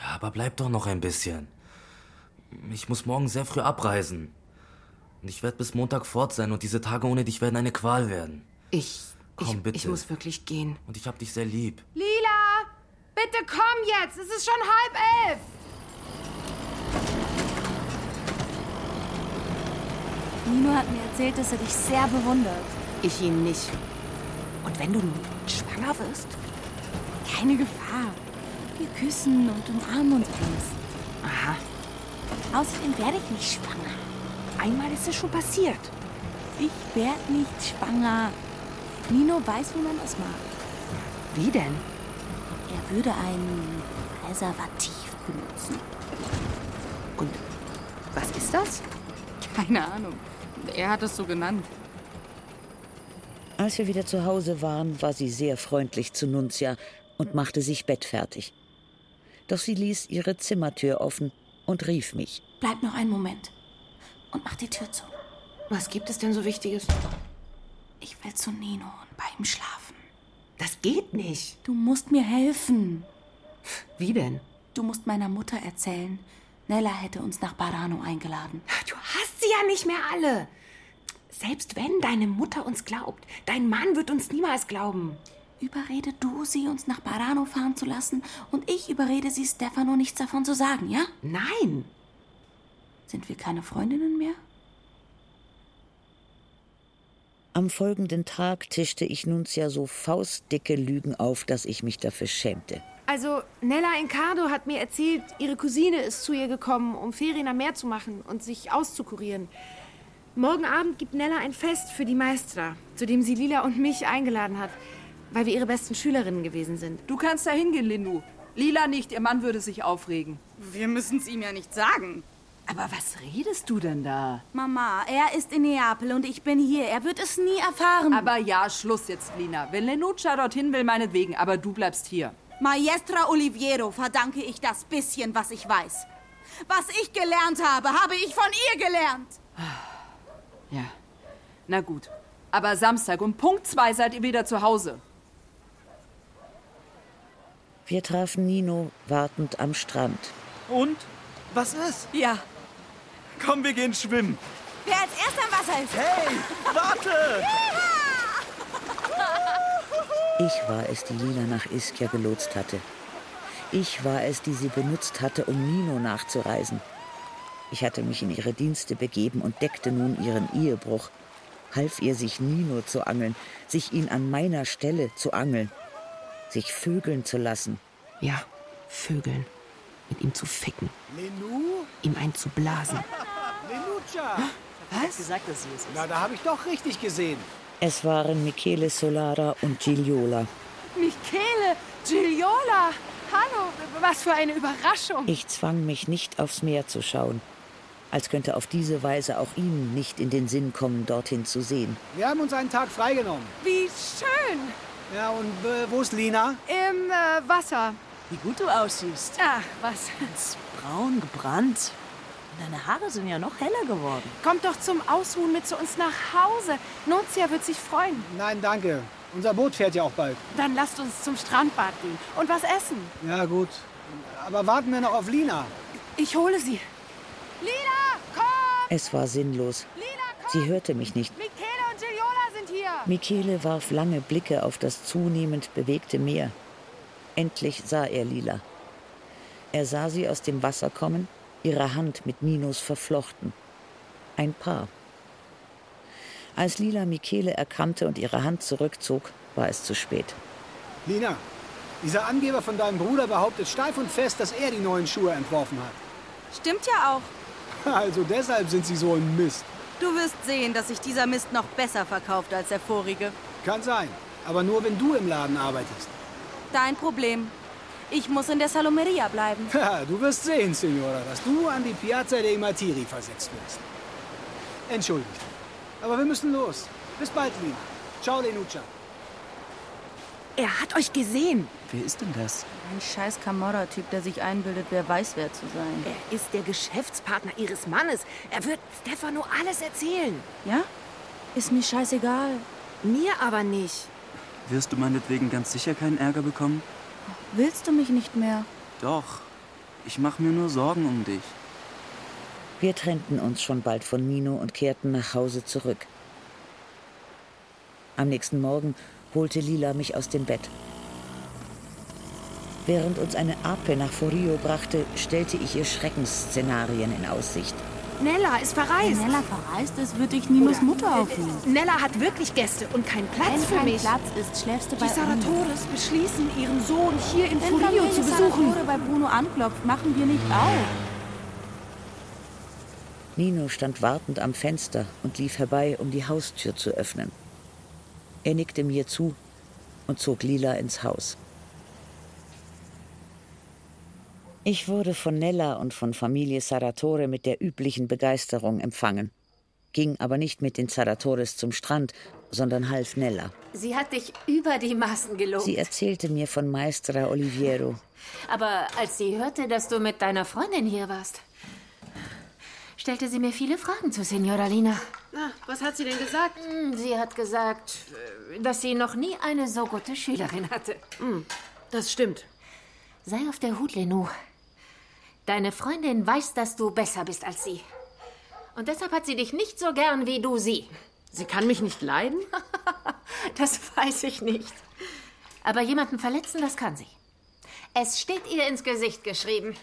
Ja, aber bleib doch noch ein bisschen. Ich muss morgen sehr früh abreisen. Und ich werde bis Montag fort sein und diese Tage ohne dich werden eine Qual werden.
Ich.
Komm
ich,
bitte.
Ich muss wirklich gehen.
Und ich hab dich sehr lieb.
Lila, bitte komm jetzt. Es ist schon halb elf.
Nino hat mir erzählt, dass er dich sehr bewundert.
Ich ihn nicht.
Und wenn du nun schwanger wirst? Keine Gefahr. Wir küssen und umarmen uns bloß.
Aha.
Außerdem werde ich nicht schwanger.
Einmal ist es schon passiert.
Ich werde nicht schwanger. Nino weiß, wie man es macht.
Wie denn?
Er würde ein Präservativ benutzen.
Und was ist das?
Keine Ahnung. Er hat es so genannt.
Als wir wieder zu Hause waren, war sie sehr freundlich zu Nunzia und machte sich bettfertig. Doch sie ließ ihre Zimmertür offen und rief mich.
Bleib noch einen Moment und mach die Tür zu.
Was gibt es denn so Wichtiges?
Ich will zu Nino und bei ihm schlafen.
Das geht nicht.
Du musst mir helfen.
Wie denn?
Du musst meiner Mutter erzählen, Nella hätte uns nach Barano eingeladen.
Du hast sie ja nicht mehr alle. Selbst wenn deine Mutter uns glaubt, dein Mann wird uns niemals glauben.
Überrede du sie, uns nach Barano fahren zu lassen und ich überrede sie, Stefano nichts davon zu sagen, ja?
Nein.
Sind wir keine Freundinnen mehr?
Am folgenden Tag tischte ich Nunzia so faustdicke Lügen auf, dass ich mich dafür schämte.
Also, Nella Encardo hat mir erzählt, ihre Cousine ist zu ihr gekommen, um Ferien am Meer zu machen und sich auszukurieren. Morgen Abend gibt Nella ein Fest für die Maestra, zu dem sie Lila und mich eingeladen hat, weil wir ihre besten Schülerinnen gewesen sind.
Du kannst da hingehen, Lenu. Lila nicht, ihr Mann würde sich aufregen.
Wir müssen es ihm ja nicht sagen.
Aber was redest du denn da?
Mama, er ist in Neapel und ich bin hier. Er wird es nie erfahren.
Aber ja, Schluss jetzt, Lina. Wenn Lenuccia dorthin will, meinetwegen, aber du bleibst hier.
Maestra Oliviero verdanke ich das bisschen, was ich weiß. Was ich gelernt habe, habe ich von ihr gelernt.
Ja, na gut. Aber Samstag um Punkt zwei seid ihr wieder zu Hause.
Wir trafen Nino wartend am Strand.
Und? Was ist?
Ja.
Komm, wir gehen schwimmen.
Wer als erster am Wasser ist.
Hey, warte!
Ich war es, die Lila nach Ischia gelotst hatte. Ich war es, die sie benutzt hatte, um Nino nachzureisen. Ich hatte mich in ihre Dienste begeben und deckte nun ihren Ehebruch, half ihr, sich Nino zu angeln, sich ihn an meiner Stelle zu angeln, sich vögeln zu lassen.
Ja, vögeln. Mit ihm zu ficken.
Lenu?
Ihm einzublasen.
Lenuccia!
Was? gesagt, dass sie es
Na, da habe ich doch richtig gesehen.
Es waren Michele Solara und Giliola.
Michele, Giliola, hallo, was für eine Überraschung.
Ich zwang mich nicht aufs Meer zu schauen, als könnte auf diese Weise auch ihnen nicht in den Sinn kommen, dorthin zu sehen.
Wir haben uns einen Tag freigenommen.
Wie schön.
Ja, und äh, wo ist Lina?
Im äh, Wasser.
Wie gut du aussiehst.
Ach, Ah, was.
Ganz braun gebrannt. Deine Haare sind ja noch heller geworden.
Kommt doch zum Ausruhen mit zu uns nach Hause. Nunzia wird sich freuen.
Nein, danke. Unser Boot fährt ja auch bald.
Dann lasst uns zum Strandbad gehen und was essen.
Ja, gut. Aber warten wir noch auf Lina.
Ich hole sie. Lina, komm!
Es war sinnlos.
Lina, komm!
Sie hörte mich nicht.
Michele und Giliola sind hier.
Michele warf lange Blicke auf das zunehmend bewegte Meer. Endlich sah er Lila. Er sah sie aus dem Wasser kommen ihre Hand mit Ninos verflochten. Ein Paar. Als Lila Michele erkannte und ihre Hand zurückzog, war es zu spät.
Lina, dieser Angeber von deinem Bruder behauptet steif und fest, dass er die neuen Schuhe entworfen hat.
Stimmt ja auch.
Also deshalb sind sie so ein Mist.
Du wirst sehen, dass sich dieser Mist noch besser verkauft als der vorige.
Kann sein, aber nur wenn du im Laden arbeitest.
Dein Problem. Ich muss in der Salomeria bleiben.
Ja, du wirst sehen, Signora, dass du an die Piazza dei Martiri versetzt wirst. Entschuldigt. Aber wir müssen los. Bis bald, Lina. Ciao, Lenuccia.
Er hat euch gesehen.
Wer ist denn das?
Ein scheiß Camorra-Typ, der sich einbildet, wer weiß wer zu sein.
Er ist der Geschäftspartner ihres Mannes. Er wird Stefano alles erzählen.
Ja? Ist mir scheißegal.
Mir aber nicht.
Wirst du meinetwegen ganz sicher keinen Ärger bekommen?
Willst du mich nicht mehr?
Doch. Ich mache mir nur Sorgen um dich.
Wir trennten uns schon bald von Nino und kehrten nach Hause zurück. Am nächsten Morgen holte Lila mich aus dem Bett. Während uns eine Ape nach Forio brachte, stellte ich ihr Schreckensszenarien in Aussicht.
Nella ist verreist.
Wenn Nella verreist ist, wird dich Ninos Mutter aufnehmen.
Nella hat wirklich Gäste und keinen Platz
Wenn
für
kein
mich.
Platz ist, schläfst du bei
Die Saratores
uns.
beschließen, ihren Sohn hier in
Wenn
Furio
Familie
zu besuchen.
Saratore bei Bruno anklopft, machen wir nicht auf.
Nino stand wartend am Fenster und lief herbei, um die Haustür zu öffnen. Er nickte mir zu und zog Lila ins Haus. Ich wurde von Nella und von Familie Saratore mit der üblichen Begeisterung empfangen, ging aber nicht mit den Saratores zum Strand, sondern half Nella.
Sie hat dich über die Maßen gelobt.
Sie erzählte mir von Maestra Oliviero.
Aber als sie hörte, dass du mit deiner Freundin hier warst, stellte sie mir viele Fragen zu Signora Lina.
Na, was hat sie denn gesagt?
Sie hat gesagt, dass sie noch nie eine so gute Schülerin hatte.
Hm, Das stimmt.
Sei auf der Hut, Lenou. Deine Freundin weiß, dass du besser bist als sie. Und deshalb hat sie dich nicht so gern wie du sie.
Sie kann mich nicht leiden?
(laughs) Das weiß ich nicht. Aber jemanden verletzen, das kann sie. Es steht ihr ins Gesicht geschrieben.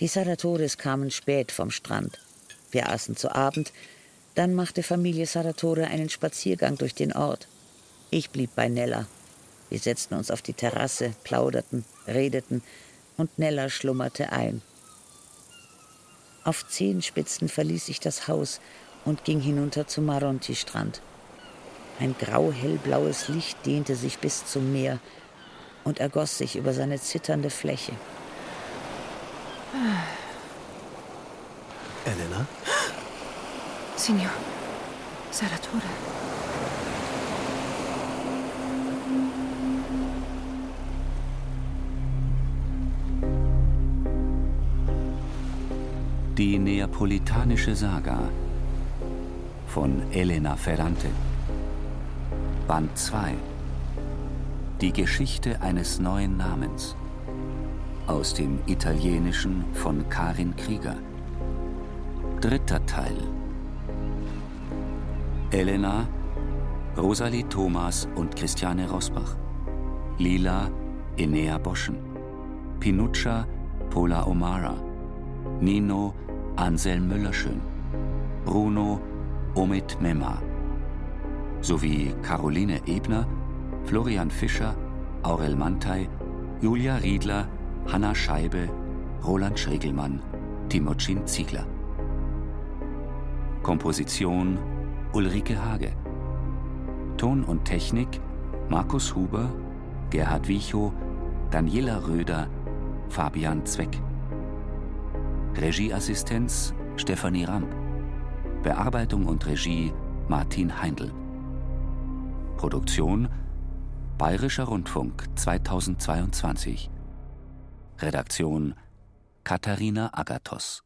Die Saratores kamen spät vom Strand. Wir aßen zu Abend, Dann machte Familie Saratore einen Spaziergang durch den Ort. Ich blieb bei Nella. Wir setzten uns auf die Terrasse, plauderten, redeten und Nella schlummerte ein. Auf Zehenspitzen verließ ich das Haus und ging hinunter zum Maronti-Strand. Ein grau-hellblaues Licht dehnte sich bis zum Meer und ergoss sich über seine zitternde Fläche.
Ah,
Elena?
Signor, Saratore.
Die neapolitanische Saga von Elena Ferrante. Band 2. Die Geschichte eines neuen Namens. Aus dem Italienischen von Karin Krieger. Dritter Teil. Elena, Rosalie Thomas und Christiane Rosbach. Lila, Enea Boschen. Pinuccia, Pola O'Mara. Nino, Anselm Müllerschön. Bruno, Omid Memma. Sowie Caroline Ebner, Florian Fischer, Aurel Mantei, Julia Riedler, Hanna Scheibe, Roland Schregelmann, Timotschin Ziegler. Komposition Ulrike Hage. Ton und Technik Markus Huber, Gerhard Wiechow, Daniela Röder, Fabian Zweck. Regieassistenz Stefanie Ramp. Bearbeitung und Regie Martin Heindl. Produktion Bayerischer Rundfunk 2022. Redaktion Katharina Agathos.